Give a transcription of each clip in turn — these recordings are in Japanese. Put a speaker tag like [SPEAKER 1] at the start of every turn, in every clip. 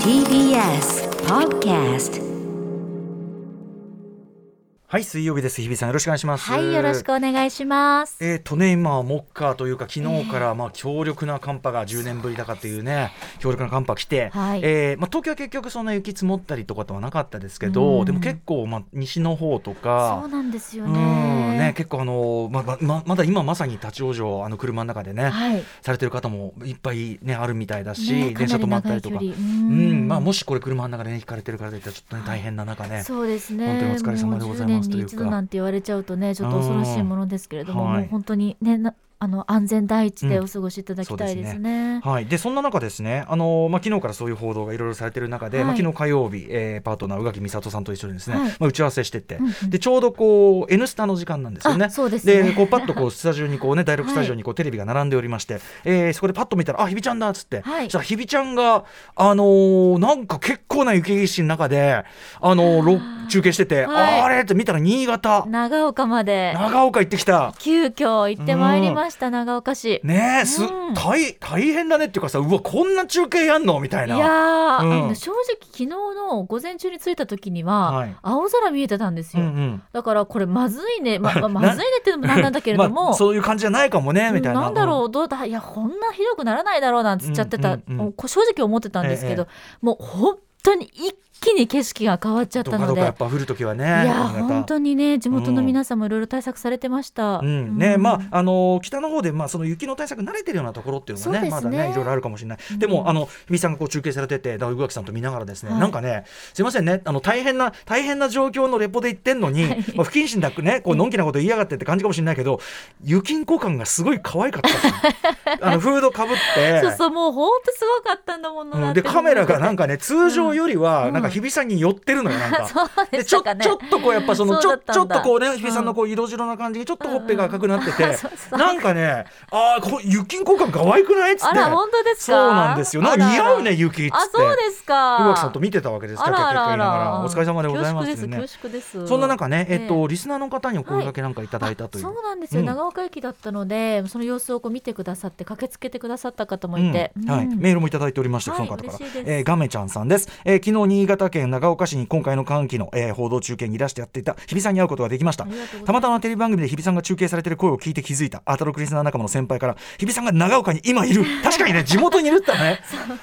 [SPEAKER 1] TBS Podcast
[SPEAKER 2] はい、水曜日です。日比さん、よろしくお願いします。
[SPEAKER 1] はいよろしく。お願いします
[SPEAKER 2] えーとね、今、目下というか、昨日から、まあ、強力な寒波が10年ぶりだかっていうね、強力な寒波来て、
[SPEAKER 1] はい
[SPEAKER 2] えーまあ、東京は結局そんな雪積もったりとかとはなかったですけど、
[SPEAKER 1] うん
[SPEAKER 2] でも結構、まあ、西の方と
[SPEAKER 1] そう
[SPEAKER 2] か、
[SPEAKER 1] なんですよ
[SPEAKER 2] うん
[SPEAKER 1] ね
[SPEAKER 2] ね、結構あの、まあま、まだ今まさに立ち往生、あの、車の中でね、
[SPEAKER 1] はい
[SPEAKER 2] されてる方もいっぱいね、あるみたいだし、
[SPEAKER 1] ね
[SPEAKER 2] 電車止まったりとか。
[SPEAKER 1] かなり長い距
[SPEAKER 2] う
[SPEAKER 1] 離うん
[SPEAKER 2] ん、まあ、もしこれ車の中でね、引かれてる方でいたら、ちょっとね、大変な中ね。
[SPEAKER 1] そうです
[SPEAKER 2] 本当に
[SPEAKER 1] ね
[SPEAKER 2] お疲れ様でござい
[SPEAKER 1] もう
[SPEAKER 2] ま
[SPEAKER 1] 10
[SPEAKER 2] す
[SPEAKER 1] 年
[SPEAKER 2] とい
[SPEAKER 1] に
[SPEAKER 2] うか
[SPEAKER 1] 一度なんて言われちゃうとねちょっと恐ろしいものですけれども、
[SPEAKER 2] うんはい
[SPEAKER 1] もう本当にねなあの安全第一で
[SPEAKER 2] うん
[SPEAKER 1] お過ごしいただきたいですね,、
[SPEAKER 2] そうはい、でそんな中ですね、あのまあ、昨日からそういう報道がいろいろされてる中で、
[SPEAKER 1] はい
[SPEAKER 2] まあ、昨日火曜日、えーパートナー、宇垣美里さんと一緒にですね、
[SPEAKER 1] はい
[SPEAKER 2] まあ、打ち合わせしてて、
[SPEAKER 1] うんうん
[SPEAKER 2] でちょうどこう「N スタ」の時間なんですよね。
[SPEAKER 1] あそうですね
[SPEAKER 2] こうパッとこうスタジオにこう、ね、第6スタジオにこうテレビが並んでおりまして、えーそこでパッと見たら、あひびちゃんだっつって、
[SPEAKER 1] はい
[SPEAKER 2] そしたらひびちゃんが、あのーなんか結構な雪景色の中で、あのーろ中継してて、
[SPEAKER 1] はい
[SPEAKER 2] あれって見たら、新潟、
[SPEAKER 1] 長岡まで
[SPEAKER 2] 長岡行ってきた。
[SPEAKER 1] 急遽行ってまいりました、長岡市
[SPEAKER 2] ねえす
[SPEAKER 1] うん
[SPEAKER 2] 大大変だねっていうかさうわこんな中継やんのみたい
[SPEAKER 1] い
[SPEAKER 2] な。
[SPEAKER 1] やー、
[SPEAKER 2] うん
[SPEAKER 1] あの正直昨日の午前中に着いた時には、
[SPEAKER 2] はい
[SPEAKER 1] 青空見えてたんです
[SPEAKER 2] うん
[SPEAKER 1] よ、
[SPEAKER 2] うん
[SPEAKER 1] だからこれまずいねまま
[SPEAKER 2] な
[SPEAKER 1] まずいねっていうのもなんなんだけれども、
[SPEAKER 2] まあ、そういう感じじゃないかもね
[SPEAKER 1] うん
[SPEAKER 2] みたいな。
[SPEAKER 1] なんだろうどうだいやこんなひどくならないだろうなんつっちゃってた、
[SPEAKER 2] うんうんうん
[SPEAKER 1] もう正直思ってたんですけど、
[SPEAKER 2] え
[SPEAKER 1] もう本当に一気に景色が変わっちゃっ
[SPEAKER 2] ど
[SPEAKER 1] た
[SPEAKER 2] か
[SPEAKER 1] の
[SPEAKER 2] ど
[SPEAKER 1] で
[SPEAKER 2] かやっぱ降るときはね。
[SPEAKER 1] いや
[SPEAKER 2] 新潟
[SPEAKER 1] 本当にね地元の皆さんもいろいろ対策されてました、
[SPEAKER 2] うんねまああのー北の方で、まあ、その雪の対策慣れてるようなところっていうの
[SPEAKER 1] そう
[SPEAKER 2] が
[SPEAKER 1] で
[SPEAKER 2] ね
[SPEAKER 1] すね
[SPEAKER 2] まだねいろいろあるかもしれない、でもあの日比さんがこう中継されててだ宇垣さんと見ながらですね、
[SPEAKER 1] はい
[SPEAKER 2] なんかねすいませんねあの大変な大変な状況のレポで言ってんのに、
[SPEAKER 1] はい
[SPEAKER 2] まあ、不謹慎だくねこうのんきなこと言いやがってって感じかもしれないけど雪んこ感がすごい可愛かったですね あのフードかぶって
[SPEAKER 1] そうそうもう本当すごかったんだもの
[SPEAKER 2] う、
[SPEAKER 1] なんって
[SPEAKER 2] でカメラがなんかね通常より
[SPEAKER 1] う
[SPEAKER 2] は
[SPEAKER 1] ん
[SPEAKER 2] なんか日比さんに寄ってるのよなん か。
[SPEAKER 1] そうで
[SPEAKER 2] で
[SPEAKER 1] し
[SPEAKER 2] ちょ
[SPEAKER 1] た
[SPEAKER 2] ち
[SPEAKER 1] か
[SPEAKER 2] ょっ
[SPEAKER 1] ね
[SPEAKER 2] とこうやっぱそのち
[SPEAKER 1] そうだ
[SPEAKER 2] ょ
[SPEAKER 1] ったんだ
[SPEAKER 2] ちょっとこうね
[SPEAKER 1] うん
[SPEAKER 2] 日比さんのこう色白な感じにちょっとほっぺが赤くなってて、
[SPEAKER 1] うんそうそう
[SPEAKER 2] なんかねああこう雪ん交換可愛くないっつって
[SPEAKER 1] あら本当ですか
[SPEAKER 2] そうなんですよなんか似合うね
[SPEAKER 1] あら
[SPEAKER 2] 雪っつって
[SPEAKER 1] あそうですか
[SPEAKER 2] 宇垣さんと見てたわけです
[SPEAKER 1] あ
[SPEAKER 2] キャ
[SPEAKER 1] ら
[SPEAKER 2] キ
[SPEAKER 1] あ
[SPEAKER 2] ャキャ
[SPEAKER 1] ら
[SPEAKER 2] 言
[SPEAKER 1] あ
[SPEAKER 2] いながら
[SPEAKER 1] ら
[SPEAKER 2] お疲れ様でございます
[SPEAKER 1] 恐縮
[SPEAKER 2] ね
[SPEAKER 1] です恐縮です
[SPEAKER 2] そんな中ねえっ
[SPEAKER 1] え
[SPEAKER 2] とリスナーの方にお声掛けなんかいただいたという、
[SPEAKER 1] そうなんですよ、
[SPEAKER 2] うん
[SPEAKER 1] 長岡駅だったのでその様子をこう見てくださって駆けつけてくださった方もいて、
[SPEAKER 2] う
[SPEAKER 1] うんん
[SPEAKER 2] はい、メールもいただいておりました、
[SPEAKER 1] はい
[SPEAKER 2] その方から
[SPEAKER 1] 嬉しいです
[SPEAKER 2] えーガメちゃんさんです、えー昨日新潟県長岡市に今回の歓喜の、えー報道中継にいらしてやっていた日比さんに会うことができました
[SPEAKER 1] ありがとうございます
[SPEAKER 2] たまたまテレビ番組で日比さんが中継されている声を聞いて気づいたアトロクリスナー仲間の先輩から日比さんが長岡に今いる 確かにね地元にいるってね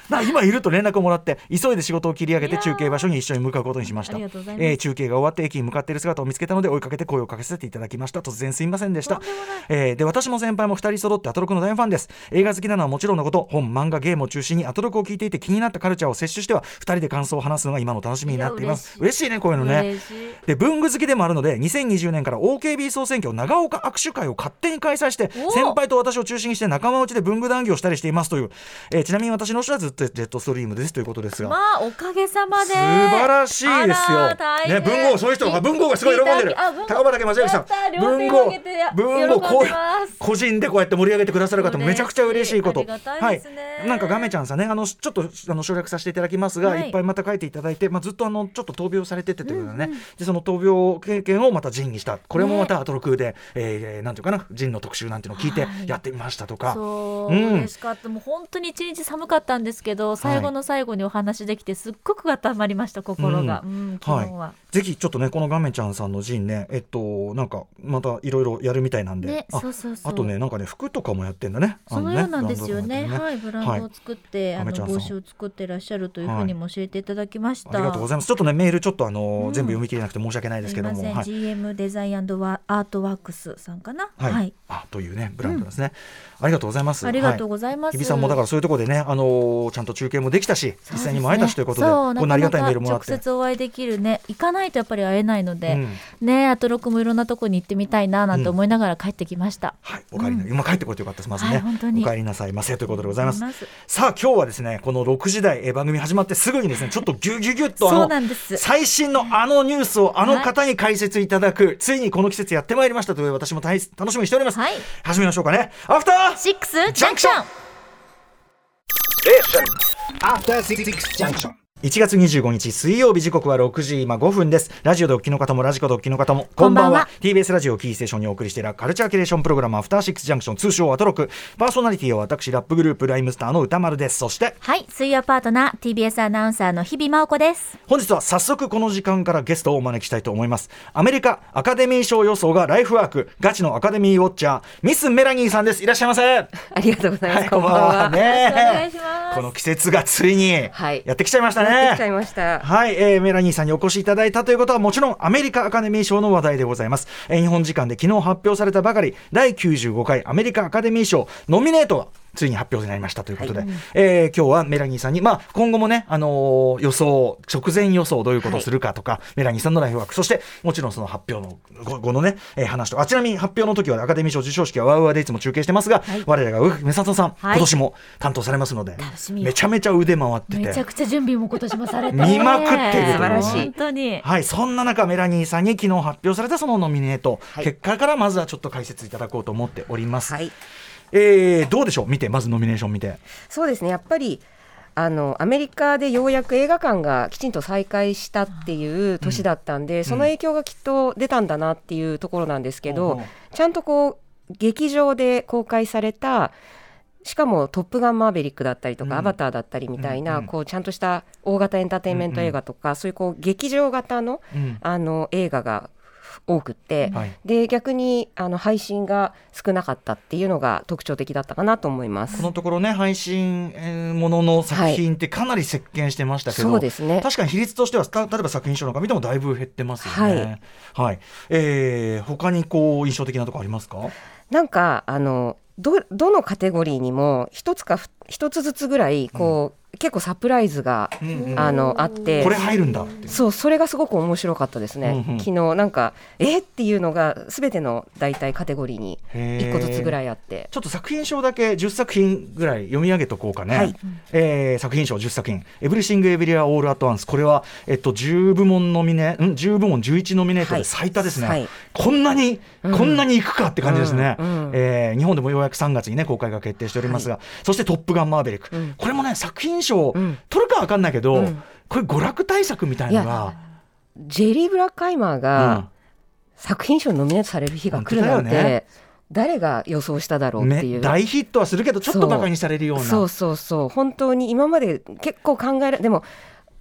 [SPEAKER 2] な今いると連絡をもらって急いで仕事を切り上げて中継場所に一緒に向かうことにしました
[SPEAKER 1] ありがとうございます
[SPEAKER 2] えー中継が終わって駅に向かっている姿を見つけたので追いかけて声をかけさせていただきました突然すいませんでした
[SPEAKER 1] とんでもない
[SPEAKER 2] えーで私も先輩も2人揃ってアトロクの大ファンです映画好きなのはもちろんのこと本漫画ゲームを中心にアトロクを聞いていて気になったカルチャーを摂取しては2人で感想を話すのが今の楽しみになっています
[SPEAKER 1] いや
[SPEAKER 2] 嬉しいねこういうのね
[SPEAKER 1] 嬉しい
[SPEAKER 2] で文具好きでもあるので2020年から OKB 総選挙長岡握手会を勝手に開催して
[SPEAKER 1] お
[SPEAKER 2] 先輩と私を中心にして仲間内で文具談義をしたりしていますという、えーちなみに私の推しはずっとジェットストリームですということですが、
[SPEAKER 1] まあおかげさまで
[SPEAKER 2] 素晴らしいです
[SPEAKER 1] あ
[SPEAKER 2] よ
[SPEAKER 1] ら。大
[SPEAKER 2] ね、
[SPEAKER 1] 変
[SPEAKER 2] 文豪、そういう人が、文豪がすごい喜んでる
[SPEAKER 1] あ文。豪
[SPEAKER 2] 高畑正幸さ
[SPEAKER 1] やった
[SPEAKER 2] ん。
[SPEAKER 1] 両手
[SPEAKER 2] 文
[SPEAKER 1] 広
[SPEAKER 2] 豪
[SPEAKER 1] げてや、
[SPEAKER 2] 文豪、
[SPEAKER 1] 喜ん
[SPEAKER 2] こ
[SPEAKER 1] でます
[SPEAKER 2] う、個人でこうやって盛り上げてくださる方もめちゃくちゃ嬉しいこと。
[SPEAKER 1] 嬉しいありがたいですね
[SPEAKER 2] なんかガメちゃんさんね、あの、ちょっと、あの、省略させていただきますが、
[SPEAKER 1] はい
[SPEAKER 2] いっぱいまた書いていただいて、まあ、ずっとあの、ちょっと闘病されててということでね。で、その闘病経験をまた仁義した。これもまたアトロクで、えー、なんていうかな、仁の特集なんていうのを聞いて
[SPEAKER 1] はい
[SPEAKER 2] やってみましたとか。
[SPEAKER 1] そう、
[SPEAKER 2] うん
[SPEAKER 1] 嬉しかったもう本当に一日寒かったんですけど最後の最後にお話できてすっごく温まりました心が、う
[SPEAKER 2] う
[SPEAKER 1] んん昨日は、
[SPEAKER 2] い、ぜひちょっとねこの画面ちゃんさんの陣ねえっとなんかまたいろいろやるみたいなんで、
[SPEAKER 1] ね
[SPEAKER 2] あ
[SPEAKER 1] そうそうそう
[SPEAKER 2] あとねなんかね服とかもやってんだね
[SPEAKER 1] その
[SPEAKER 2] あ
[SPEAKER 1] ようなんですよね
[SPEAKER 2] ブランドとか
[SPEAKER 1] は
[SPEAKER 2] もや
[SPEAKER 1] いブランド
[SPEAKER 2] ってね
[SPEAKER 1] を作って、
[SPEAKER 2] はい
[SPEAKER 1] あ
[SPEAKER 2] アメち
[SPEAKER 1] の
[SPEAKER 2] ゃんさん
[SPEAKER 1] 帽子を作ってらっしゃるというふうにも教えていただきました、
[SPEAKER 2] ありがとうございますちょっとねメールちょっとあの、
[SPEAKER 1] うん
[SPEAKER 2] 全部読み切れなくて申し訳ないですけども
[SPEAKER 1] すいません、
[SPEAKER 2] はい、
[SPEAKER 1] GM デザインアートワークスさんかな
[SPEAKER 2] はいあというねブランドですね、ありがとうございます
[SPEAKER 1] ありがとうご
[SPEAKER 2] ざい
[SPEAKER 1] ざいま、
[SPEAKER 2] ます日比さんもだからそういうところでね、あのーちゃんと中継もできたし、実際にも会えたしということで
[SPEAKER 1] そうすね
[SPEAKER 2] こんなありがたいメー
[SPEAKER 1] そ
[SPEAKER 2] ル
[SPEAKER 1] う
[SPEAKER 2] も
[SPEAKER 1] な
[SPEAKER 2] ら
[SPEAKER 1] かなか直
[SPEAKER 2] って
[SPEAKER 1] 接お会いできるね行かないとやっぱり会えないので、
[SPEAKER 2] う
[SPEAKER 1] ねアトロクもいろんなとこに行ってみたいななんて思いながら帰ってきました、
[SPEAKER 2] はい、お帰りな、今帰ってこいてよかったですまずね、
[SPEAKER 1] はい本当に
[SPEAKER 2] お帰りなさいませということでございます
[SPEAKER 1] ありがとうござい
[SPEAKER 2] さあ今日はですねこの6時台えー番組始まってすぐにですねちょっとギュギュギュっと
[SPEAKER 1] そう
[SPEAKER 2] あ
[SPEAKER 1] なん
[SPEAKER 2] の
[SPEAKER 1] です
[SPEAKER 2] 最新のあのニュースをあの方に解説いただく、ついにこの季節やってまいりましたという私も大楽しみにしております、
[SPEAKER 1] はい
[SPEAKER 2] 始めましょうかねアフター
[SPEAKER 1] シックスジャンクション
[SPEAKER 3] After Six Junction.
[SPEAKER 2] 1月25日水曜日時刻は6時今5分ですラジオでお聞きの方もラジコでお聞きの方も
[SPEAKER 1] こんばんは
[SPEAKER 2] TBS ラジオをキーステーションにお送りしているカルチャーキュレーションプログラムアフターシックスジャンクション通称アトロクパーソナリティは私ラップグループライムスターの歌丸ですそして
[SPEAKER 1] はい、水曜パートナー TBS アナウンサーの日々真央子です。
[SPEAKER 2] 本日は早速この時間からゲストをお招きしたいと思いますアメリカアカデミー賞予想がライフワークガチのアカデミーウォッチャーミス・メラニーさんですいらっしゃいませは
[SPEAKER 3] ありがとうございます。
[SPEAKER 2] い
[SPEAKER 3] こんばんは。
[SPEAKER 2] ね
[SPEAKER 1] お願いします
[SPEAKER 2] この季節がついにや
[SPEAKER 3] はい
[SPEAKER 2] ってきちゃいましたね、
[SPEAKER 3] やってきちゃいました。
[SPEAKER 2] はい、えーメラニーさんにお越しいただいたということはもちろんアメリカアカデミー賞の話題でございます、えー日本時間で昨日発表されたばかり第95回アメリカアカデミー賞ノミネートがついに発表になりましたということで、えー今日はメラニーさんに、まあ、今後もね、あのー予想直前予想どういうことをするかとか、メラニーさんのライフワークそしてもちろんその発表の後後のね、えー話とあちなみに発表の時はアカデミー賞授賞式はワウワウでいつも中継してますが、我らが上垣美里さん、
[SPEAKER 1] はい
[SPEAKER 2] 今年も担当されますので
[SPEAKER 1] 楽しみよ
[SPEAKER 2] めちゃめちゃ腕回ってて
[SPEAKER 1] めちゃくちゃ準備も今年もされて
[SPEAKER 2] 見まくってる
[SPEAKER 3] 素晴らしい
[SPEAKER 1] 本当に。
[SPEAKER 2] はい、そんな中、メラニーさんに昨日発表されたそのノミネート、
[SPEAKER 3] はい
[SPEAKER 2] 結果からまずはちょっと解説いただこうと思っております。
[SPEAKER 3] はい。
[SPEAKER 2] えーどうでしょう、見て、まずノミネーション見て。
[SPEAKER 3] そうですね。やっぱり。あのアメリカでようやく映画館がきちんと再開したっていう年だったんで、その影響がきっと出たんだなっていうところなんですけど、
[SPEAKER 2] うんうん
[SPEAKER 3] ちゃんとこう劇場で公開されたしかも「トップガンマーヴェリック」だったりとか
[SPEAKER 2] う
[SPEAKER 3] 「
[SPEAKER 2] ん
[SPEAKER 3] アバター」だったりみたいな、
[SPEAKER 2] うんうん
[SPEAKER 3] こうちゃんとした大型エンターテインメント映画とか、そういうこう劇場型の
[SPEAKER 2] うん
[SPEAKER 3] あの映画が多くって、
[SPEAKER 2] はい
[SPEAKER 3] で逆にあの配信が少なかったっていうのが特徴的だったかなと思いま
[SPEAKER 2] こ
[SPEAKER 3] す。
[SPEAKER 2] のところね、配信えーものの作品ってかなり席巻してましたけど、
[SPEAKER 3] そうですね。
[SPEAKER 2] 確かに比率としては、た例えば作品賞なんか見てもだいぶ減ってますよね。はい、えー他にこう印象的なところありますか。
[SPEAKER 3] なんかあのどどのカテゴリーにも一つかふ一つずつぐらいこう、結構サプライズが、
[SPEAKER 2] うんうん
[SPEAKER 3] あのあって
[SPEAKER 2] これ入るんだっていう。
[SPEAKER 3] そうそれがすごく面白かったですね。
[SPEAKER 2] うんうん
[SPEAKER 3] 昨日なんかえっていうのがすべての大体カテゴリーに
[SPEAKER 2] へー
[SPEAKER 3] 一個ずつぐらいあって。
[SPEAKER 2] ちょっと作品賞だけ10作品ぐらい読み上げとこうかね、
[SPEAKER 3] はい
[SPEAKER 2] えー作品賞10作品「エブリシング・エブリア・オール・アット・ワンス」これは、えっと、10部門ノミネん10部門11ノミネート
[SPEAKER 3] は
[SPEAKER 2] で
[SPEAKER 3] い
[SPEAKER 2] 最多ですね、
[SPEAKER 3] はい
[SPEAKER 2] こんなに、こんなにいくかって感じですね、
[SPEAKER 3] うんうん
[SPEAKER 2] えー日本でもようやく3月にね公開が決定しておりますが、そして「トップガン・マーヴェリック」
[SPEAKER 3] うん
[SPEAKER 2] これもね作品賞、
[SPEAKER 3] うん
[SPEAKER 2] 取るか分かんないけど、
[SPEAKER 3] うん
[SPEAKER 2] これ娯楽対策みたいなのが。
[SPEAKER 3] ジェリー・ブラックアイマー
[SPEAKER 2] う
[SPEAKER 3] が
[SPEAKER 2] ん
[SPEAKER 3] 作品賞にノミネートされる日が来るなん
[SPEAKER 2] 本当だよね
[SPEAKER 3] て誰が予想しただろうってい
[SPEAKER 2] ね、
[SPEAKER 3] う。
[SPEAKER 2] 大ヒットはするけどちょっとバカにされるような
[SPEAKER 3] そうそうそう本当に今まで結構考えらでも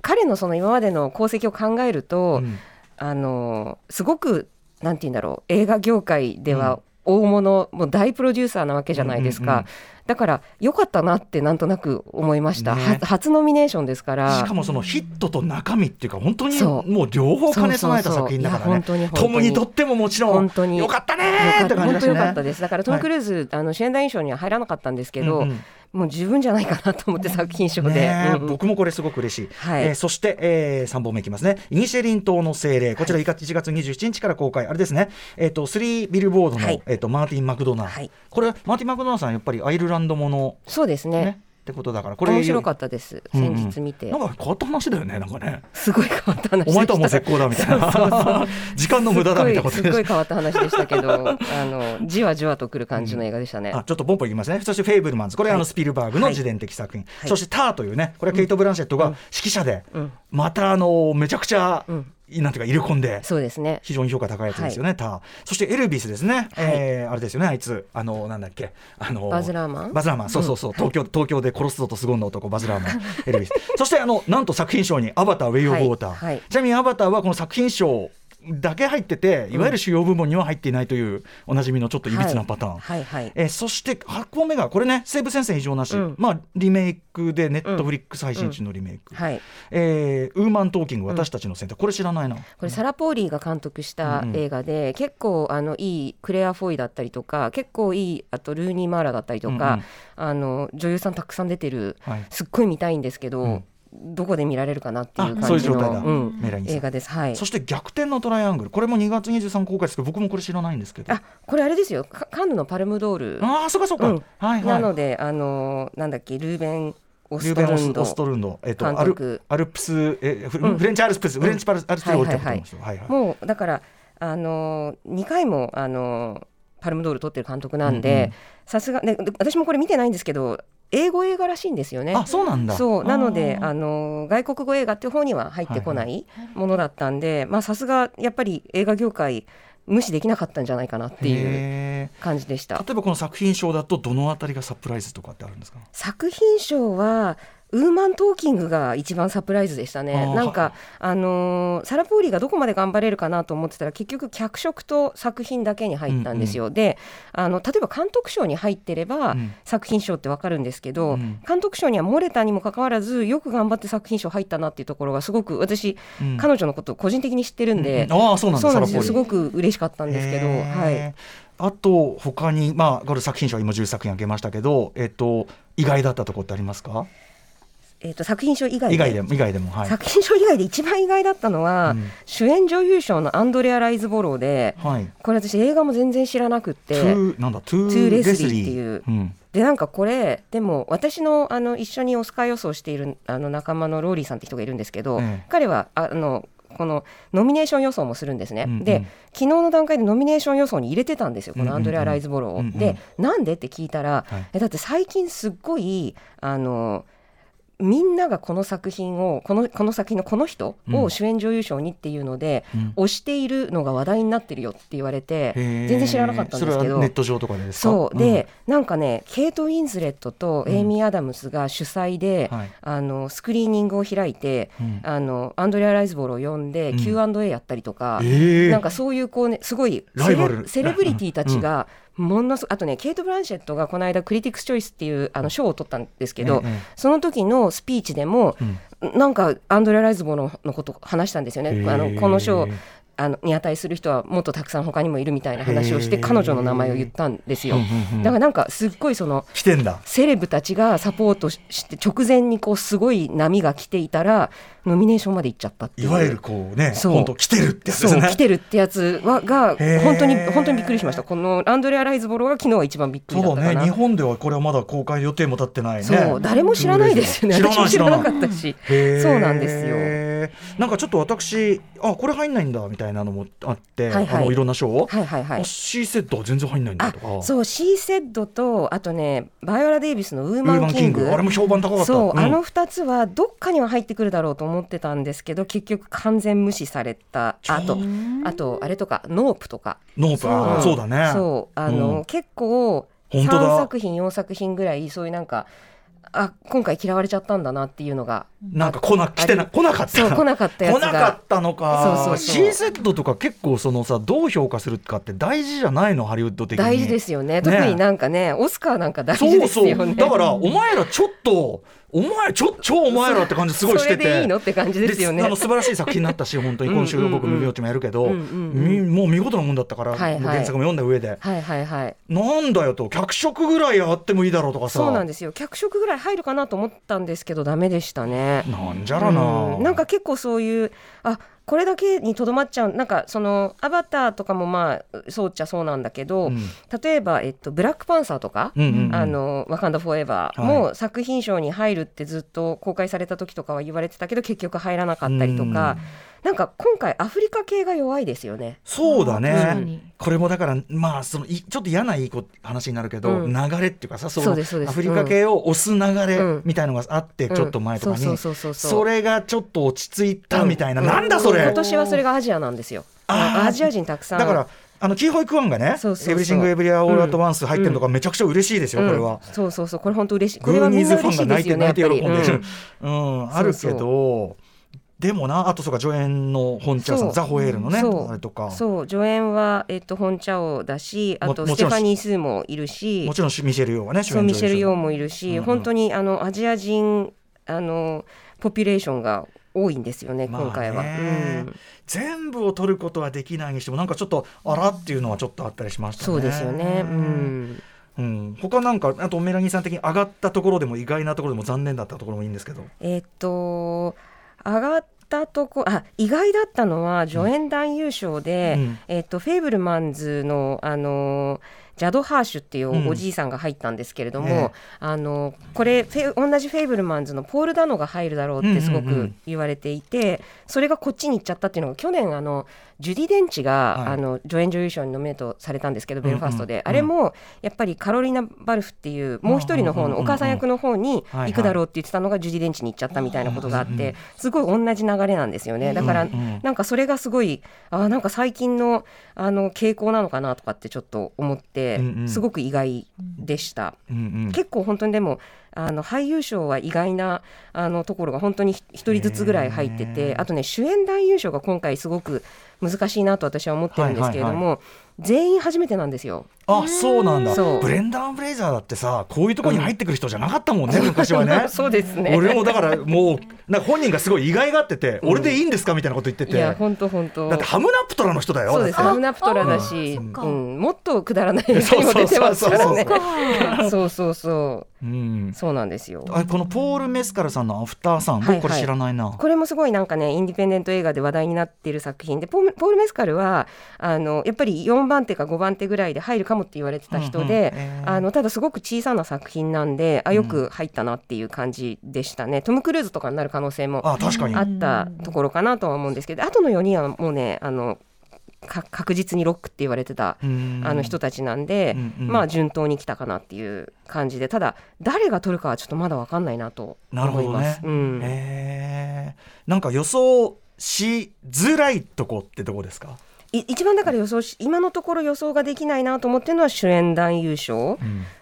[SPEAKER 3] 彼のその今までの功績を考えると、
[SPEAKER 2] うん
[SPEAKER 3] あのすごくなんて言うんだろう映画業界で
[SPEAKER 2] うん
[SPEAKER 3] は大物、もう大プロデューサーなわけじゃないですか、
[SPEAKER 2] うんうんうん
[SPEAKER 3] だから良かったなってなんとなく思いました、
[SPEAKER 2] ね
[SPEAKER 3] は初ノミネーションですから
[SPEAKER 2] しかもそのヒットと中身っていうか本当に
[SPEAKER 3] そう
[SPEAKER 2] もう両方兼ね備えた
[SPEAKER 3] そうそうそう
[SPEAKER 2] 作品だから
[SPEAKER 3] いや
[SPEAKER 2] ね
[SPEAKER 3] 本当に本当
[SPEAKER 2] ト
[SPEAKER 3] に
[SPEAKER 2] ムにとってももちろん
[SPEAKER 3] 本当に
[SPEAKER 2] よかったね
[SPEAKER 3] よ
[SPEAKER 2] ー
[SPEAKER 3] か
[SPEAKER 2] っ
[SPEAKER 3] ってた
[SPEAKER 2] 感じだ
[SPEAKER 3] 本当
[SPEAKER 2] し
[SPEAKER 3] 良かった
[SPEAKER 2] ね。
[SPEAKER 3] ですだからトム・クルーズ、あの主演男優賞には入らなかったんですけど、
[SPEAKER 2] うんうん
[SPEAKER 3] もう十分じゃないかなと思って作品賞で、
[SPEAKER 2] ねえ
[SPEAKER 3] うんうん
[SPEAKER 2] 僕もこれすごく嬉しい、
[SPEAKER 3] はい
[SPEAKER 2] えーそして、え3本目いきますねイニシェリン島の精霊こちら1月1月27日から公開あれですね、えー、と3ビルボードの、
[SPEAKER 3] はい
[SPEAKER 2] えー、とマーティン・マクドナー、
[SPEAKER 3] はい
[SPEAKER 2] これマーティン・マクドナーさんやっぱりアイルランドもの、
[SPEAKER 3] そうです
[SPEAKER 2] ね
[SPEAKER 3] ね
[SPEAKER 2] ってことだからこれ
[SPEAKER 3] 面白かったです先日見て、
[SPEAKER 2] うんうんなんか変わった話だよねなんかね
[SPEAKER 3] すごい変わった話で
[SPEAKER 2] お
[SPEAKER 3] した
[SPEAKER 2] 前とはもう絶好だみたい な 時間の無駄だみたいなこと
[SPEAKER 3] すっ
[SPEAKER 2] で
[SPEAKER 3] ご
[SPEAKER 2] す
[SPEAKER 3] いすっごい変わった話でしたけどあのじわじわとくる感じの映画でしたね、
[SPEAKER 2] あちょっとポンポンいきますねそして「フェイブルマンズ」これはあのスピルバーグの自伝的作品、
[SPEAKER 3] はい
[SPEAKER 2] そして「ター」というねこれはケイト・ブランシェットが指揮者で、またあのめちゃくちゃ、
[SPEAKER 3] うん
[SPEAKER 2] なんていうか入れ込んで。
[SPEAKER 3] そうですね
[SPEAKER 2] 非常に評価高いやつですよね、ターそしてエルビスですね、えーあれですよねあいつあのなんだっけあの
[SPEAKER 3] バズラーマン
[SPEAKER 2] バズラーマンそうそうそう、東京東京で殺すぞと凄んだ男バズラーマン エルビスそしてあのなんと作品賞に「アバターウェイ・オブ・ウォーター」
[SPEAKER 3] はいはい
[SPEAKER 2] ちなみに「アバター」はこの作品賞だけ入ってていわゆる主要部門には入っていないというおなじみのちょっといびつなパターン、
[SPEAKER 3] はいはい、
[SPEAKER 2] えーそして8個目がこれね「西武戦線異常なし」
[SPEAKER 3] うん
[SPEAKER 2] まあ、リメイクでネットフリックス配信中のリメイク、
[SPEAKER 3] はい、
[SPEAKER 2] えーウーマントーキング私たちの選択、これ知らないな
[SPEAKER 3] これサラ・ポーリーが監督した映画で、結構あのいいクレア・フォイだったりとか結構いいあとルーニー・マーラだったりとか、あの女優さんたくさん出てる
[SPEAKER 2] はい
[SPEAKER 3] すっごい見たいんですけど、
[SPEAKER 2] うん
[SPEAKER 3] どこで見られるかなっていう
[SPEAKER 2] あそういう
[SPEAKER 3] 感じ
[SPEAKER 2] 状
[SPEAKER 3] の
[SPEAKER 2] 態だ、
[SPEAKER 3] うん
[SPEAKER 2] メラニーさん
[SPEAKER 3] 映画ですはい
[SPEAKER 2] そして「逆転のトライアングル」これも2月23公開ですけど僕もこれ知らないんですけど
[SPEAKER 3] あこれあれですよカカンヌのパルムドール
[SPEAKER 2] ああそうかそうか、
[SPEAKER 3] うん
[SPEAKER 2] はいは
[SPEAKER 3] ないので、あのーなんだっけ、ルーベン・オ
[SPEAKER 2] リュ
[SPEAKER 3] ス
[SPEAKER 2] ー
[SPEAKER 3] ト
[SPEAKER 2] ベン
[SPEAKER 3] ル
[SPEAKER 2] オス
[SPEAKER 3] ン・ド
[SPEAKER 2] オストルンド、えっと、
[SPEAKER 3] 監
[SPEAKER 2] アル
[SPEAKER 3] 督
[SPEAKER 2] アルプス、えフ
[SPEAKER 3] うん
[SPEAKER 2] フレンチアルプス、フレンチパルアルプスで降りたこと
[SPEAKER 3] はいはいはい
[SPEAKER 2] もそうはいはい
[SPEAKER 3] もうだから、あのー、2回も、あのーパルムドール撮ってる監督な
[SPEAKER 2] う
[SPEAKER 3] ん
[SPEAKER 2] んう
[SPEAKER 3] で
[SPEAKER 2] ん、
[SPEAKER 3] さすが、ね、で私もこれ見てないんですけど、英語映画らしいんですよね。
[SPEAKER 2] あそうなんだ
[SPEAKER 3] そうなので
[SPEAKER 2] あー
[SPEAKER 3] あの外国語映画っていう方には入ってこな
[SPEAKER 2] はい
[SPEAKER 3] ものだったんで、まあさすがやっぱり映画業界無視できなかったんじゃないかなっていう
[SPEAKER 2] へ
[SPEAKER 3] 感じでし
[SPEAKER 2] ー
[SPEAKER 3] た
[SPEAKER 2] 例えばこの作品賞だとどのあたりがサプライズとかってあるんですか
[SPEAKER 3] 作品賞はウーマントーキングが一番サプライズでした
[SPEAKER 2] あー
[SPEAKER 3] ねなん
[SPEAKER 2] はい
[SPEAKER 3] かあのーサラ・ポーリーがどこまで頑張れるかなと思ってたら結局脚色と作品だけに入ったんですよ、であの例えば監督賞に入ってれば、
[SPEAKER 2] うん
[SPEAKER 3] 作品賞ってわかるんですけど、
[SPEAKER 2] うん
[SPEAKER 3] 監督賞には漏れたにもかかわらずよく頑張って作品賞入ったなっていうところがすごく私、
[SPEAKER 2] うん
[SPEAKER 3] 彼女のことを個人的に知ってるんで、
[SPEAKER 2] うんああそうなんだ
[SPEAKER 3] そうなんですよ
[SPEAKER 2] サ
[SPEAKER 3] す
[SPEAKER 2] ラポーリ
[SPEAKER 3] ごく嬉しかったんですけど、はい、
[SPEAKER 2] いあと他にまあこれ作品賞は今10作品あげましたけどえっと意外だったとこってありますか
[SPEAKER 3] えー、と作品賞以外で
[SPEAKER 2] 以外でも以外でもはい
[SPEAKER 3] 作品賞以外で一番意外だったのは、
[SPEAKER 2] うん
[SPEAKER 3] 主演女優賞のアンドレア・ライズボローで
[SPEAKER 2] はい
[SPEAKER 3] これ私映画も全然知らなくっ
[SPEAKER 2] ト
[SPEAKER 3] て。
[SPEAKER 2] ゥーなんだトゥ
[SPEAKER 3] トゥ
[SPEAKER 2] ー
[SPEAKER 3] ー
[SPEAKER 2] レ
[SPEAKER 3] レ
[SPEAKER 2] ス
[SPEAKER 3] ス
[SPEAKER 2] リ
[SPEAKER 3] リ
[SPEAKER 2] ー
[SPEAKER 3] ーっていうんでなんかこれでも私のあの一緒にオスカー予想しているあの仲間のローリーさんって人がいるんですけど、
[SPEAKER 2] ええ
[SPEAKER 3] 彼はああのこのノミネーション予想もするんですね、
[SPEAKER 2] うんうん
[SPEAKER 3] で昨日の段階でノミネーション予想に入れてたんですよこ
[SPEAKER 2] うんうん
[SPEAKER 3] の
[SPEAKER 2] うん
[SPEAKER 3] アンドレア・ライズボローを。
[SPEAKER 2] うんうん
[SPEAKER 3] でなんでって聞いたら、
[SPEAKER 2] はい
[SPEAKER 3] えだって最近すっごいあのみんながこの作品をこのこの作品のこの人
[SPEAKER 2] う
[SPEAKER 3] を
[SPEAKER 2] ん
[SPEAKER 3] 主演女優賞にっていうので、
[SPEAKER 2] うん
[SPEAKER 3] 推しているのが話題になってるよって言われて
[SPEAKER 2] へー
[SPEAKER 3] 全然知らなかったんです
[SPEAKER 2] そ
[SPEAKER 3] け
[SPEAKER 2] れ
[SPEAKER 3] ど
[SPEAKER 2] はネット上とかでですか
[SPEAKER 3] そう、
[SPEAKER 2] ん
[SPEAKER 3] でなんかねケイト・ウィンズレットとエイミー・アダムスが主催で、
[SPEAKER 2] はい
[SPEAKER 3] あのスクリーニングを開いて、
[SPEAKER 2] うん
[SPEAKER 3] あのアンドレア・ライズボールを呼んで、
[SPEAKER 2] うん
[SPEAKER 3] Q&A やったりとか、
[SPEAKER 2] ええ
[SPEAKER 3] なんかそういうこうねすごい
[SPEAKER 2] ライ
[SPEAKER 3] セ
[SPEAKER 2] バ
[SPEAKER 3] レ
[SPEAKER 2] ル
[SPEAKER 3] セレブリティたちがものすごあとねケイト・ブランシェットがこの間クリティクス・チョイスっていうあの賞を取ったんですけど、
[SPEAKER 2] えええ
[SPEAKER 3] その時のスピーチでも
[SPEAKER 2] えうん
[SPEAKER 3] なんかアンドレア・ライズボールのこと話したんですよね。あ
[SPEAKER 2] へー
[SPEAKER 3] のこの賞あのに値する人はもっとたくさん他にもいるみたいな話をして
[SPEAKER 2] へー
[SPEAKER 3] 彼女の名前を言ったんですよ
[SPEAKER 2] うんうんうん
[SPEAKER 3] だからなんかすっごいその
[SPEAKER 2] 来てんだ
[SPEAKER 3] セレブたちがサポートしして直前にこうすごい波が来ていたらノミネーションまで行っちゃったってい
[SPEAKER 2] いうわゆるこうね
[SPEAKER 3] そう
[SPEAKER 2] 本当来てるってやつで
[SPEAKER 3] そ
[SPEAKER 2] す
[SPEAKER 3] う
[SPEAKER 2] ね
[SPEAKER 3] 来てるってやつはが
[SPEAKER 2] へー
[SPEAKER 3] 本当に本当にびっくりしましたこのアンドレア・ライズボロが昨日は一番びっくりだ
[SPEAKER 2] そ
[SPEAKER 3] っ
[SPEAKER 2] う
[SPEAKER 3] たか
[SPEAKER 2] だね
[SPEAKER 3] な
[SPEAKER 2] 日本ではこれはまだ公開予定も立ってないね
[SPEAKER 3] そう誰も知らないですよね
[SPEAKER 2] 知らない
[SPEAKER 3] 私も知らなかったし
[SPEAKER 2] へー
[SPEAKER 3] そうなんですよ
[SPEAKER 2] なんかちょっと私あこれ入んないんだみたいなのもあって、
[SPEAKER 3] はいはい
[SPEAKER 2] あのいろんな賞を、
[SPEAKER 3] はいはいはい
[SPEAKER 2] あシーセットは全然入んないんだ
[SPEAKER 3] あ
[SPEAKER 2] とか
[SPEAKER 3] そうシーセッドとあとねバイオラ・デイビスのウー
[SPEAKER 2] ウー
[SPEAKER 3] マ
[SPEAKER 2] マン
[SPEAKER 3] ンキ
[SPEAKER 2] キ
[SPEAKER 3] ン
[SPEAKER 2] ン
[SPEAKER 3] グ
[SPEAKER 2] グあれも評判高かった
[SPEAKER 3] そう、
[SPEAKER 2] ん
[SPEAKER 3] あの2つはどっかには入ってくるだろうと思ってたんですけど結局完全無視されたあとあとあれとかノープとか
[SPEAKER 2] ノープあーそうだね
[SPEAKER 3] そうあの、
[SPEAKER 2] うん
[SPEAKER 3] 結構
[SPEAKER 2] 本当だ
[SPEAKER 3] 3作品4作品ぐらいそういうなんかあ今回嫌われちゃったんだなっていうのが
[SPEAKER 2] なんか来な来てな来なかった
[SPEAKER 3] そう来なかったやつ
[SPEAKER 2] 来なか
[SPEAKER 3] が
[SPEAKER 2] ったのか
[SPEAKER 3] そうそうそう
[SPEAKER 2] シーセットとか結構そのさどう評価するかって大事じゃないのハリウッド的に
[SPEAKER 3] 大事ですすよね特になんかねオスカーなんか大事
[SPEAKER 2] そ
[SPEAKER 3] で
[SPEAKER 2] う
[SPEAKER 3] す
[SPEAKER 2] そ
[SPEAKER 3] よ
[SPEAKER 2] う
[SPEAKER 3] ね
[SPEAKER 2] だからお前らちょっとお前ちょ超お前らって感じすごいしてて
[SPEAKER 3] それでいいのって感じですよね
[SPEAKER 2] あの素晴らしい作品にな ったし本当に今週
[SPEAKER 3] うんうんうん
[SPEAKER 2] 僕無病地もやるけど
[SPEAKER 3] うんうんうん
[SPEAKER 2] みもう見事なもんだったから、
[SPEAKER 3] はいはい
[SPEAKER 2] もう原作も読んだ上で
[SPEAKER 3] はいはいはい
[SPEAKER 2] なんだよと脚色ぐらいあってもいいだろうとかさ
[SPEAKER 3] そうなんですよ脚色ぐらい入るかなと思ったんですけどダメでしたね
[SPEAKER 2] なんじゃらな、
[SPEAKER 3] うんなんか結構そういうあこれだけにとどまっちゃうなんかその「アバター」とかもまあそうっちゃそうなんだけど、
[SPEAKER 2] うん
[SPEAKER 3] 例えば、えっと「ブラックパンサー」とか「
[SPEAKER 2] うんうんうん
[SPEAKER 3] あのワカンダ・フォーエバー」も作品賞に入るってずっと公開された時とかは言われてたけど結局入らなかったりとか、なんか今回アフリカ系が弱いですよね。
[SPEAKER 2] そうだ
[SPEAKER 1] 確か
[SPEAKER 2] ね
[SPEAKER 1] に。
[SPEAKER 2] これもだからまあそのいちょっと嫌ないいこ話になるけど、
[SPEAKER 3] うん
[SPEAKER 2] 流れっていうかさそ
[SPEAKER 3] そ
[SPEAKER 2] の
[SPEAKER 3] うですそうです
[SPEAKER 2] アフリカ系を押す流れ
[SPEAKER 3] うん
[SPEAKER 2] みたいのがあって、ちょっと前とかに、
[SPEAKER 3] うんそうそうそうそう
[SPEAKER 2] それがちょっと落ち着いたみたいな、なんだそれ、
[SPEAKER 3] う今年はそれがアジアなんですよ。
[SPEAKER 2] あー
[SPEAKER 3] アジア人たくさん。
[SPEAKER 2] だからあのキーホイクワンがね
[SPEAKER 3] そうそうそう
[SPEAKER 2] エブリシング・エブリア・オール・アット・ワンス入ってるのがめちゃくちゃ嬉しいですよ、
[SPEAKER 3] うん
[SPEAKER 2] これは。
[SPEAKER 3] そうそうそうこれ本当嬉しい。こ
[SPEAKER 2] グ
[SPEAKER 3] れ
[SPEAKER 2] ー
[SPEAKER 3] は
[SPEAKER 2] ミ
[SPEAKER 3] み
[SPEAKER 2] ー
[SPEAKER 3] ん
[SPEAKER 2] ズ
[SPEAKER 3] な
[SPEAKER 2] フ
[SPEAKER 3] 嬉
[SPEAKER 2] ァン
[SPEAKER 3] し
[SPEAKER 2] が
[SPEAKER 3] いで
[SPEAKER 2] 泣い
[SPEAKER 3] す
[SPEAKER 2] て
[SPEAKER 3] よね。
[SPEAKER 2] 泣
[SPEAKER 3] や
[SPEAKER 2] い
[SPEAKER 3] って
[SPEAKER 2] 喜
[SPEAKER 3] ぱり
[SPEAKER 2] んで
[SPEAKER 3] う
[SPEAKER 2] る
[SPEAKER 3] ん。
[SPEAKER 2] うん、あるけ
[SPEAKER 3] そう
[SPEAKER 2] ど、でもな、あとそうか、助演の本茶さ
[SPEAKER 3] そ
[SPEAKER 2] ん、
[SPEAKER 3] う
[SPEAKER 2] ザ・ホエールのね、
[SPEAKER 3] そう
[SPEAKER 2] あれとか、
[SPEAKER 3] そう助演は、えっと本茶王だしあと
[SPEAKER 2] もも
[SPEAKER 3] ス
[SPEAKER 2] ちろ
[SPEAKER 3] テ
[SPEAKER 2] ん
[SPEAKER 3] ファニー・スーもいるし
[SPEAKER 2] もちろんミシェル・ヨーはね、主
[SPEAKER 3] そう
[SPEAKER 2] 演
[SPEAKER 3] ミ
[SPEAKER 2] 女優
[SPEAKER 3] シェル・ヨーもいる
[SPEAKER 2] うん
[SPEAKER 3] し、
[SPEAKER 2] うん
[SPEAKER 3] 本当にあのアジア人あのポピュレーションが多いんですよね、
[SPEAKER 2] まあね
[SPEAKER 3] 今回は、うん。
[SPEAKER 2] 全部を取ることはできないにしても、なんかちょっと、あらっていうのはちょっとあったりしましたね。
[SPEAKER 3] そうですよね、うん、
[SPEAKER 2] うん、他なんか、あとメラニーさん的に上がったところでも、意外なところでも、残念だったところもいいんですけど、
[SPEAKER 3] えっと上がったとこあ意外だったのは助演男優賞で、
[SPEAKER 2] うん
[SPEAKER 3] えっとフェイブルマンズのあのジャド・ハーシュってい
[SPEAKER 2] うん
[SPEAKER 3] うおじいさんが入ったんですけれども、
[SPEAKER 2] ええ
[SPEAKER 3] あのこれフェ同じフェイブルマンズのポール・ダノが入るだろうってすご
[SPEAKER 2] うんうんう
[SPEAKER 3] く
[SPEAKER 2] ん
[SPEAKER 3] 言われていて、それがこっちに行っちゃったっていうのが去年あのジュディ・デンチが、
[SPEAKER 2] はい
[SPEAKER 3] あの助演女優賞にノミネートされたんですけど
[SPEAKER 2] うんうん
[SPEAKER 3] ベルファーストで、
[SPEAKER 2] うん
[SPEAKER 3] あれもやっぱりカロリナ・バルフっていうもう一人の方のお母さん役の方に
[SPEAKER 2] うんうんうんうんはいはい
[SPEAKER 3] 行くだろうって言ってたのがジュディ・デンチに行っちゃったみたいなことがあっ
[SPEAKER 2] うんうんう
[SPEAKER 3] てすごい同じ流れなんですよね。だから、
[SPEAKER 2] うんうん
[SPEAKER 3] なんかそれがすごいあーなんか最近のあの傾向なのかなとかってちょっと思って、
[SPEAKER 2] うんうん
[SPEAKER 3] すごく意外でした。
[SPEAKER 2] うんうん
[SPEAKER 3] 結構本当にでもあの俳優賞は意外なあのところが本当にひ一人ずつぐらい入って
[SPEAKER 2] へー
[SPEAKER 3] てあとね主演男優賞が今回すごく難しいなと私は思ってるんですけれども、
[SPEAKER 2] はい
[SPEAKER 3] 全員初めてなんですよ。
[SPEAKER 2] あそうなんだ
[SPEAKER 3] そう
[SPEAKER 2] ブレンダー・ブレイザーだってさこういうところに入ってくる人じゃなかったもんね、昔はね
[SPEAKER 3] そうですね
[SPEAKER 2] 俺もだからもうなんか本人がすごい意外がってて、俺でいいんですかみたいなこと言って
[SPEAKER 3] い
[SPEAKER 2] て
[SPEAKER 3] や
[SPEAKER 2] だ
[SPEAKER 3] 本当本当
[SPEAKER 2] ってハムナプトラの人だよ
[SPEAKER 3] そうです
[SPEAKER 2] だ
[SPEAKER 3] ハ
[SPEAKER 2] っ
[SPEAKER 3] ム
[SPEAKER 2] て
[SPEAKER 3] ナプトラだし、
[SPEAKER 1] あ
[SPEAKER 3] う
[SPEAKER 1] そっか
[SPEAKER 3] ん、もっとくだらない映画にも出てますからね
[SPEAKER 2] そう。
[SPEAKER 3] そうそうそ
[SPEAKER 2] う
[SPEAKER 3] う
[SPEAKER 2] ん
[SPEAKER 3] そうなんですよ。
[SPEAKER 2] あこのポール・メスカルさんの「アフターさん」
[SPEAKER 3] はいは
[SPEAKER 2] 僕
[SPEAKER 3] い
[SPEAKER 2] これ知らないな、
[SPEAKER 3] これもすごいなんかねインディペンデント映画で話題になっている作品でポールポール・メスカルはあのやっぱり4番手か5番手ぐらいで入るかもって言われてた人で
[SPEAKER 2] うんうんへ、ー
[SPEAKER 3] あのただすごく小さな作品なんであよく入ったなっていう感じでしたね、トム・クルーズとかになる可能性も
[SPEAKER 2] あ確かに
[SPEAKER 3] あったところかなとは思うんですけどあとの4人はもうねあのか確実にロックって言われてたあの人たちなんで、
[SPEAKER 2] うんうん
[SPEAKER 3] まあ順当に来たかなっていう感じでただ誰が取るかはちょっとまだ分かんないなと
[SPEAKER 2] なるほ
[SPEAKER 3] 思
[SPEAKER 2] ど
[SPEAKER 3] いま
[SPEAKER 2] ね
[SPEAKER 3] す。、うん
[SPEAKER 2] へーなんか予想しづらいとこってどこですか、
[SPEAKER 3] い一番だから予想し今のところ予想ができないなと思ってるのは主演男優賞、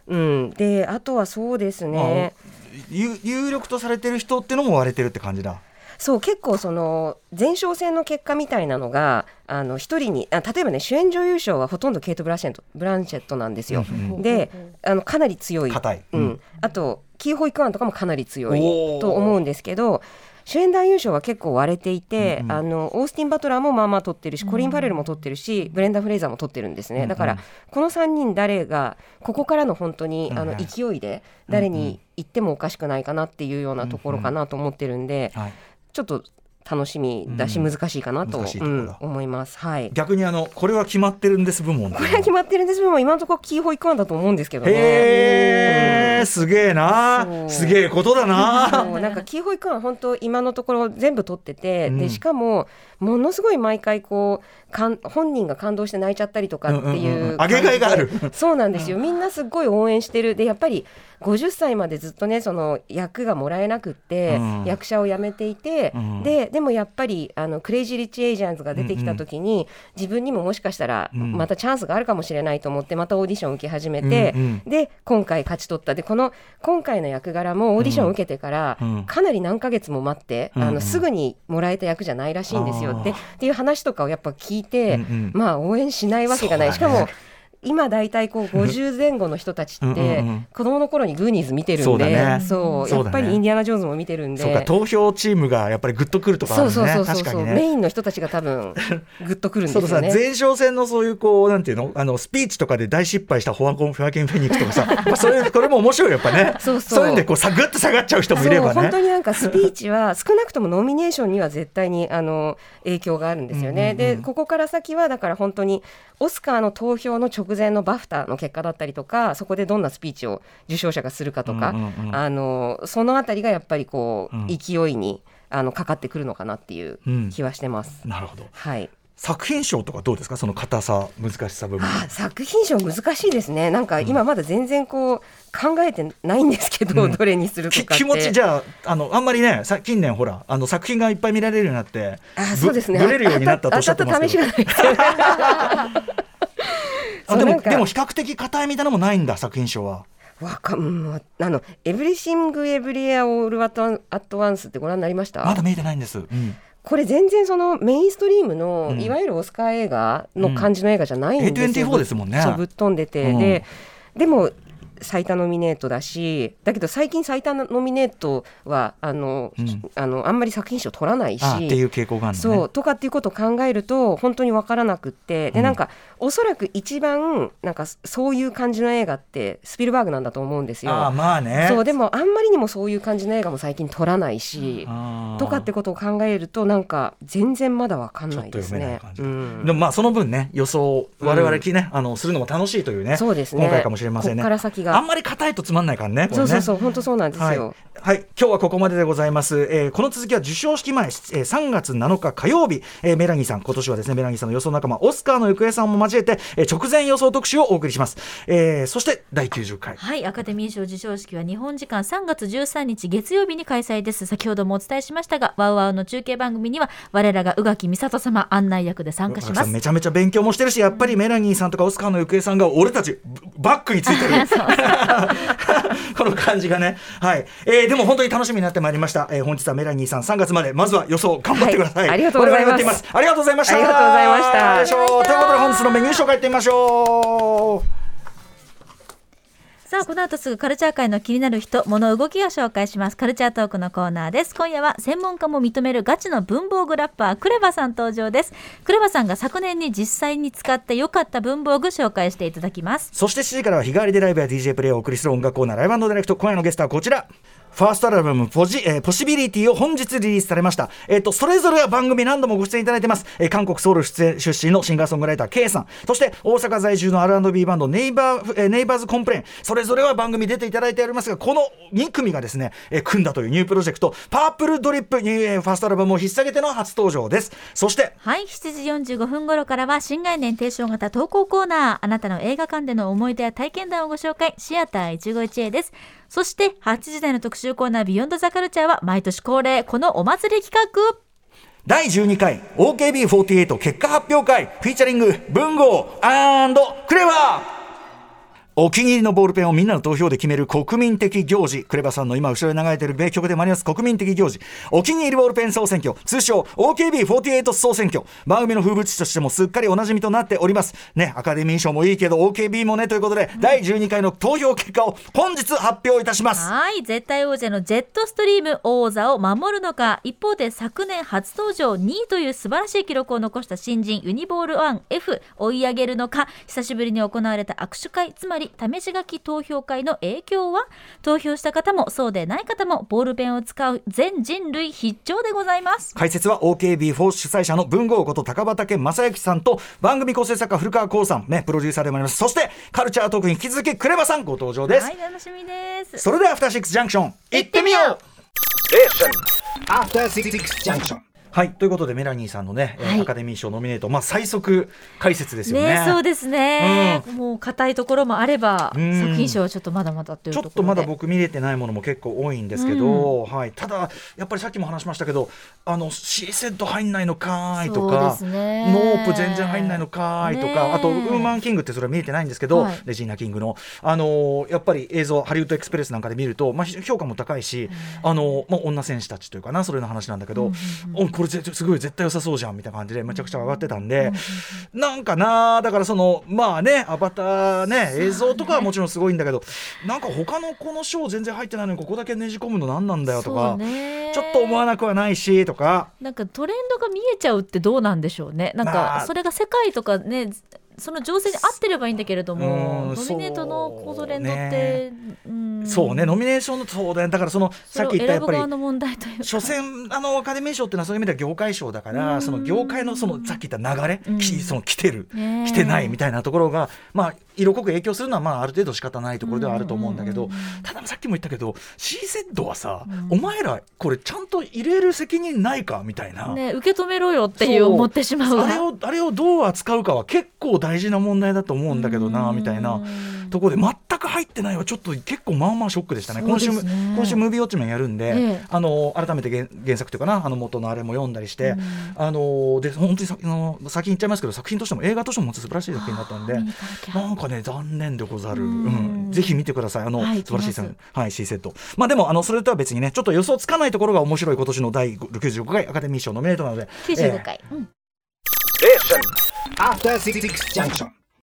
[SPEAKER 3] うん、であとはそうですね
[SPEAKER 2] 有有力とされてる人ってのも割れてるって感じだ
[SPEAKER 3] そう結構その前哨戦の結果みたいなのがあの一人にあ例えばね主演女優賞はほとんどケイト・ブランシェットブランシェットなんですよ、
[SPEAKER 2] うんうん
[SPEAKER 3] であのかなり強い
[SPEAKER 2] 硬い、
[SPEAKER 3] うんあとキーホイクワンとかもかなり強い
[SPEAKER 2] おー
[SPEAKER 3] と思うんですけど主演男優賞は結構割れていて、
[SPEAKER 2] うんうん
[SPEAKER 3] あのオースティン・バトラーもまあまあ取ってるし、コリン・ファレルも取ってるしブレンダ・フレイザーも取ってるんですね、
[SPEAKER 2] うんうん
[SPEAKER 3] だからこの3人誰がここからの本当に、あ
[SPEAKER 2] うん
[SPEAKER 3] の
[SPEAKER 2] うん
[SPEAKER 3] 勢いで誰に行ってもおかしくないかなっていうようなところかなと思ってるんで、
[SPEAKER 2] はい、
[SPEAKER 3] ちょっと楽しみだし
[SPEAKER 2] うん
[SPEAKER 3] 難しいかなと、
[SPEAKER 2] 難しいところだ
[SPEAKER 3] うん思います。はい
[SPEAKER 2] 逆にあのこれは決まってるんです部門
[SPEAKER 3] これは決まってるんですけども今のところキーホイクワンだと思うんですけどね。
[SPEAKER 2] へえ、すげえ
[SPEAKER 3] そ
[SPEAKER 2] な
[SPEAKER 3] う
[SPEAKER 2] すげえことだな
[SPEAKER 3] そうなんかキーホイ君は本当今のところ全部撮ってて、
[SPEAKER 2] うん
[SPEAKER 3] でしかもものすごい毎回こうかん本人が感動して泣いちゃったりとかってい
[SPEAKER 2] うんうんうん
[SPEAKER 3] う
[SPEAKER 2] あげがいがある
[SPEAKER 3] 感じでそうなんですよみんなすっごい応援してるでやっぱり50歳までずっとねその役がもらえなくって、
[SPEAKER 2] うん
[SPEAKER 3] 役者を辞めていて、
[SPEAKER 2] うん
[SPEAKER 3] ででもやっぱりあのクレイジー・リッチ・エイジャンズが出てきた時に、自分にももしかしたら
[SPEAKER 2] うん
[SPEAKER 3] またチャンスがあるかもしれないと思ってまたオーディションを受け始めて、
[SPEAKER 2] うんうん
[SPEAKER 3] で今回勝ち取ったでこの今回の役柄もオーディションを受けてから、
[SPEAKER 2] うん
[SPEAKER 3] かなり何ヶ月も待って、
[SPEAKER 2] うん
[SPEAKER 3] あ
[SPEAKER 2] う
[SPEAKER 3] の
[SPEAKER 2] ん
[SPEAKER 3] すぐにもらえた役じゃないらしいんですよって
[SPEAKER 2] あー
[SPEAKER 3] っていう話とかをやっぱ聞いて、
[SPEAKER 2] うんうん
[SPEAKER 3] まあ応援しないわけがない、
[SPEAKER 2] そ
[SPEAKER 3] し
[SPEAKER 2] うだ
[SPEAKER 3] か
[SPEAKER 2] ね
[SPEAKER 3] も今大体こう50前後の人たち
[SPEAKER 2] うん
[SPEAKER 3] っ
[SPEAKER 2] う
[SPEAKER 3] て
[SPEAKER 2] んうん
[SPEAKER 3] 子供の頃にグーニーズ見てるんで
[SPEAKER 2] そうだね
[SPEAKER 3] そう
[SPEAKER 2] そうだ
[SPEAKER 3] や
[SPEAKER 2] ね
[SPEAKER 3] っぱりインディアナ・ジョーンズも見てるんで。
[SPEAKER 2] そうか投票チームがやっぱりグッとくるとかある
[SPEAKER 3] そう
[SPEAKER 2] ね
[SPEAKER 3] そうそうそう
[SPEAKER 2] 確かに
[SPEAKER 3] メ
[SPEAKER 2] ね
[SPEAKER 3] インの人たちが 多分グッとくるん
[SPEAKER 2] そ
[SPEAKER 3] で
[SPEAKER 2] の
[SPEAKER 3] す
[SPEAKER 2] さ
[SPEAKER 3] よね。
[SPEAKER 2] 前哨戦のそういうこうなんていうのあのスピーチとかで大失敗したホアコン・フェアケン・フェニックスとかさまあそういうこれも面白いよやっぱね
[SPEAKER 3] そうそう
[SPEAKER 2] いうんでこうさぐっと下がっちゃう人もいれば
[SPEAKER 3] そう本当
[SPEAKER 2] ね
[SPEAKER 3] になんかスピーチは少なくともノミネーションには絶対にあの影響があるんですよね。
[SPEAKER 2] うんうんうん
[SPEAKER 3] でここから先はだから本当にオスカーの投票の直前のバフタの結果だったりとかそこでどんなスピーチを受賞者がするかとか、
[SPEAKER 2] うんうんうん
[SPEAKER 3] あのそのあたりがやっぱりこう、
[SPEAKER 2] うん
[SPEAKER 3] 勢いにあのかかってくるのかなっていう気はしてます。
[SPEAKER 2] なるほど
[SPEAKER 3] はい、
[SPEAKER 2] 作品賞とかどうですかその硬さ難しさ部分
[SPEAKER 3] あ作品賞難しいですねなんか今まだ全然こう考えてないんですけど、
[SPEAKER 2] うん
[SPEAKER 3] どれにすると
[SPEAKER 2] き
[SPEAKER 3] かって
[SPEAKER 2] 気持ちじゃああのあんまりねさ近年ほらあの作品がいっぱい見られるようになって
[SPEAKER 3] あ
[SPEAKER 2] ぶ
[SPEAKER 3] そうですね。
[SPEAKER 2] ぶれるようになったとおっしゃってますけど
[SPEAKER 3] あたた試しがないですよね
[SPEAKER 2] あ
[SPEAKER 3] そう
[SPEAKER 2] で
[SPEAKER 3] な
[SPEAKER 2] も
[SPEAKER 3] んか
[SPEAKER 2] でも比較的硬いみたいなのもないんだ作品賞は
[SPEAKER 3] わかん、あの、エブリシングエブリアオールアットアットワンスってご覧になりました。
[SPEAKER 2] まだ見えてないんです、うん
[SPEAKER 3] これ全然そのメインストリームの、
[SPEAKER 2] うん
[SPEAKER 3] いわゆるオスカー映画の感じの映画じゃないんですよ。
[SPEAKER 2] うん A24 ですもんね
[SPEAKER 3] そうぶっ飛んでて、
[SPEAKER 2] うん
[SPEAKER 3] で、でも。最多ノミネートだしだけど最近最多ノミネートはあの、
[SPEAKER 2] うん
[SPEAKER 3] あのあんまり作品賞取らないし
[SPEAKER 2] あっていう傾向があるのね
[SPEAKER 3] そうとかっていうことを考えると本当に分からなくって
[SPEAKER 2] う
[SPEAKER 3] で
[SPEAKER 2] ん
[SPEAKER 3] なんかおそらく一番なんかそういう感じの映画ってスピルバーグなんだと思うんです
[SPEAKER 2] ああ
[SPEAKER 3] よ。
[SPEAKER 2] まあね
[SPEAKER 3] そうでもあんまりにもそういう感じの映画も最近撮らないし
[SPEAKER 2] あー
[SPEAKER 3] とかってことを考えるとなんか全然まだ分かんないですね。
[SPEAKER 2] ちょっと読
[SPEAKER 3] うん
[SPEAKER 2] でもまあその分ね予想を
[SPEAKER 3] うん
[SPEAKER 2] 我々きね、あのするのも楽しいというね
[SPEAKER 3] そうですね。
[SPEAKER 2] 今回かもしれません
[SPEAKER 3] こ
[SPEAKER 2] ね
[SPEAKER 3] っから先
[SPEAKER 2] あん
[SPEAKER 3] が。
[SPEAKER 2] まり硬いとつまんないからねこれ
[SPEAKER 3] そう
[SPEAKER 2] ね
[SPEAKER 3] そうそう、本当そうなんです
[SPEAKER 2] はい、
[SPEAKER 3] よ。
[SPEAKER 2] はい、今日はここまででございます、えーこの続きは授賞式前、えー3月7日火曜日、えーメラニーさん今年はですねメラニーさんの予想仲間オスカーの行方さんも交えて、えー直前予想特集をお送りします、えーそして第90回
[SPEAKER 1] はい、アカデミー賞授賞式は日本時間3月13日月曜日に開催です。先ほどもお伝えしましたが、ワウワウの中継番組には我らが宇垣美里様案内役で参加し
[SPEAKER 2] さ
[SPEAKER 1] ま
[SPEAKER 2] ん
[SPEAKER 1] す。
[SPEAKER 2] めちゃめちゃ勉強もしてるしやっぱりメラニーさんとかオスカーの行方さんが俺たちバックについてる この感じがねはい、えーでも本当に楽しみになってまいりました、えー本日はメラニーさん3月までまずは予想頑張ってください、
[SPEAKER 3] はいありがとうござい
[SPEAKER 2] 我々
[SPEAKER 3] ます
[SPEAKER 2] やっていますありがとうございました
[SPEAKER 3] ありがとうございました
[SPEAKER 2] よいしょということで本日のメニュー紹介いってみましょう
[SPEAKER 1] さあ、この後すぐカルチャー界の気になる人、物動きを紹介します。カルチャートークのコーナーです。今夜は専門家も認めるガチの文房具ラッパー、クレバさん登場です。クレバさんが昨年に実際に使って良かった文房具紹介していただきます。
[SPEAKER 2] そして7時からは日替わりでライブや DJ プレイをお送りする音楽コーナーライブディレクト今夜のゲストはこちらファーストアルバムポジ、えーポシビリティを本日リリースされました。えっ、と、それぞれは番組何度もご出演いただいてます。えー韓国ソウル出演出身のシンガーソングライター K さん、そして大阪在住の R&B バンドネイバー、えーネイバーズコンプレイン、それぞれは番組出ていただいておりますが、この2組がですね、えー組んだというニュープロジェクト、パープルドリップニュー、えーファーストアルバムを引っ提げての初登場です。そして、
[SPEAKER 1] はい、7時45分頃からは新概念提唱型投稿コーナー。あなたの映画館での思い出や体験談をご紹介、シアター一期一会です。そして、8時台の特集コーナー、ビヨンドザカルチャーは毎年恒例、このお祭り企画。
[SPEAKER 2] 第12回 OKB48 結果発表会フィーチャリング文豪クレバーお気に入りのボールペンをみんなの投票で決める国民的行事クレバさんの今後ろに流れている名曲でもあります国民的行事お気に入りボールペン総選挙通称 OKB48 総選挙番組の風物詩としてもすっかりおなじみとなっておりますねアカデミー賞もいいけど OKB もねということで、第12回の投票結果を本日発表いたします
[SPEAKER 1] はい、絶対王者のジェットストリーム王座を守るのか、一方で昨年初登場2位という素晴らしい記録を残した新人ユニボール 1F 追い上げるのか、久しぶりに行われた握手会、つまり試し書き投票会の影響は投票した方もそうでない方もボールペンを使う全人類必聴でございます。
[SPEAKER 2] 解説は OKB4 主催者の文豪こと高畑正幸さんと番組構成作家古川光さん、ね、プロデューサーでもありますそしてカルチャートークに引き続きクレバさんご登場です、
[SPEAKER 1] はい、楽しみです。
[SPEAKER 2] それではアフターシックスジャンクション行ってみよう
[SPEAKER 4] After Six Junction.
[SPEAKER 2] はいということでメラニーさんのね、えー
[SPEAKER 1] はい
[SPEAKER 2] アカデミー賞ノミネート、まあ、最速解説ですよね
[SPEAKER 1] ね、そうですね、もう硬いところもあれば、
[SPEAKER 2] うん
[SPEAKER 1] 作品賞はちょっとまだまだという
[SPEAKER 2] ちょ
[SPEAKER 1] ところ
[SPEAKER 2] っ
[SPEAKER 1] で
[SPEAKER 2] とまだ僕見れてないものも結構多いんですけど、はい、ただやっぱりさっきも話しましたけどあの C セット入んないのかーいとか、
[SPEAKER 1] そうですね
[SPEAKER 2] ノープ全然入んないのかーいとか、
[SPEAKER 1] ねえ
[SPEAKER 2] あとウーマンキングってそれは見えてないんですけど、
[SPEAKER 1] はい
[SPEAKER 2] レジーナキングの、あのーやっぱり映像ハリウッドエクスプレスなんかで見ると、まあ、非常に評価も高いし、あのーまあ、女選手たちというかなそれの話なんだけど、おこれぜすごい絶対良さそうじゃんみたいな感じでめちゃくちゃ上がってたんで、なんかなーだからそのまあねアバターね映像とかはもちろんすごいんだけどなんか他のこの賞全然入ってないのにここだけねじ込むの何なんだよと
[SPEAKER 1] そ
[SPEAKER 2] か、
[SPEAKER 1] うね
[SPEAKER 2] ちょっと思わなくはないしとか。
[SPEAKER 1] なんかトレンドが見えちゃうってどうなんでしょうね。なん
[SPEAKER 2] まあ
[SPEAKER 1] かそれが世界とかね、その情勢に合ってればいいんだけれど
[SPEAKER 2] う
[SPEAKER 1] も、ノ
[SPEAKER 2] ん
[SPEAKER 1] ミネートのこう
[SPEAKER 2] そ
[SPEAKER 1] ト
[SPEAKER 2] うね
[SPEAKER 1] レンドって、ん
[SPEAKER 2] そうね、ノミネーションのそうだねだからその
[SPEAKER 1] そ
[SPEAKER 2] さ
[SPEAKER 1] れ
[SPEAKER 2] っ
[SPEAKER 1] を
[SPEAKER 2] き言ったや
[SPEAKER 1] 選
[SPEAKER 2] っ
[SPEAKER 1] ぶ
[SPEAKER 2] ぱり
[SPEAKER 1] 側の問題というか。
[SPEAKER 2] 所詮あのアカデミー賞っていうのはそういう意味では業界賞だか
[SPEAKER 1] う
[SPEAKER 2] ら
[SPEAKER 1] ん
[SPEAKER 2] その業界のそのさっき言った流れ、
[SPEAKER 1] うん
[SPEAKER 2] きその来てる、
[SPEAKER 1] ねえ
[SPEAKER 2] 来てないみたいなところが、まあ、色濃く影響するのは、まあ、ある程度仕方ないところではあると思うんだけど、
[SPEAKER 1] うん
[SPEAKER 2] たださっきも言ったけど C セットはさ、
[SPEAKER 1] うん
[SPEAKER 2] お前らこれちゃんと入れる責任ないかみたいな。
[SPEAKER 1] ね、受け止めろよっていう
[SPEAKER 2] そう
[SPEAKER 1] 思ってしまう
[SPEAKER 2] あれをあれをどう扱うかは結構大事な問題だと思うんだけどなみたいなところで全く入ってないはちょっと結構まあまあショックでしたね
[SPEAKER 1] そうですね
[SPEAKER 2] 今週も今週ムービーウォッチメンやるんで、
[SPEAKER 1] ええ
[SPEAKER 2] あの改めて原原作というかなあの元のあれも読んだりして、
[SPEAKER 1] うん
[SPEAKER 2] あので本当にさあの先に言っちゃいますけど作品としても映画としても本当に素晴らしい作品だったんで
[SPEAKER 1] 見に行かなきゃ
[SPEAKER 2] なんかね残念でござる、う
[SPEAKER 1] うん
[SPEAKER 2] んぜひ見てくださいあの、
[SPEAKER 1] はい
[SPEAKER 2] 素晴らしい作
[SPEAKER 1] 見
[SPEAKER 2] 品はい、C セットまあでもあのそれとは別にねちょっと予想つかないところが面白い今年の第95回アカデミー賞ノミネートなので
[SPEAKER 1] 95回、うん
[SPEAKER 4] After Six Junction.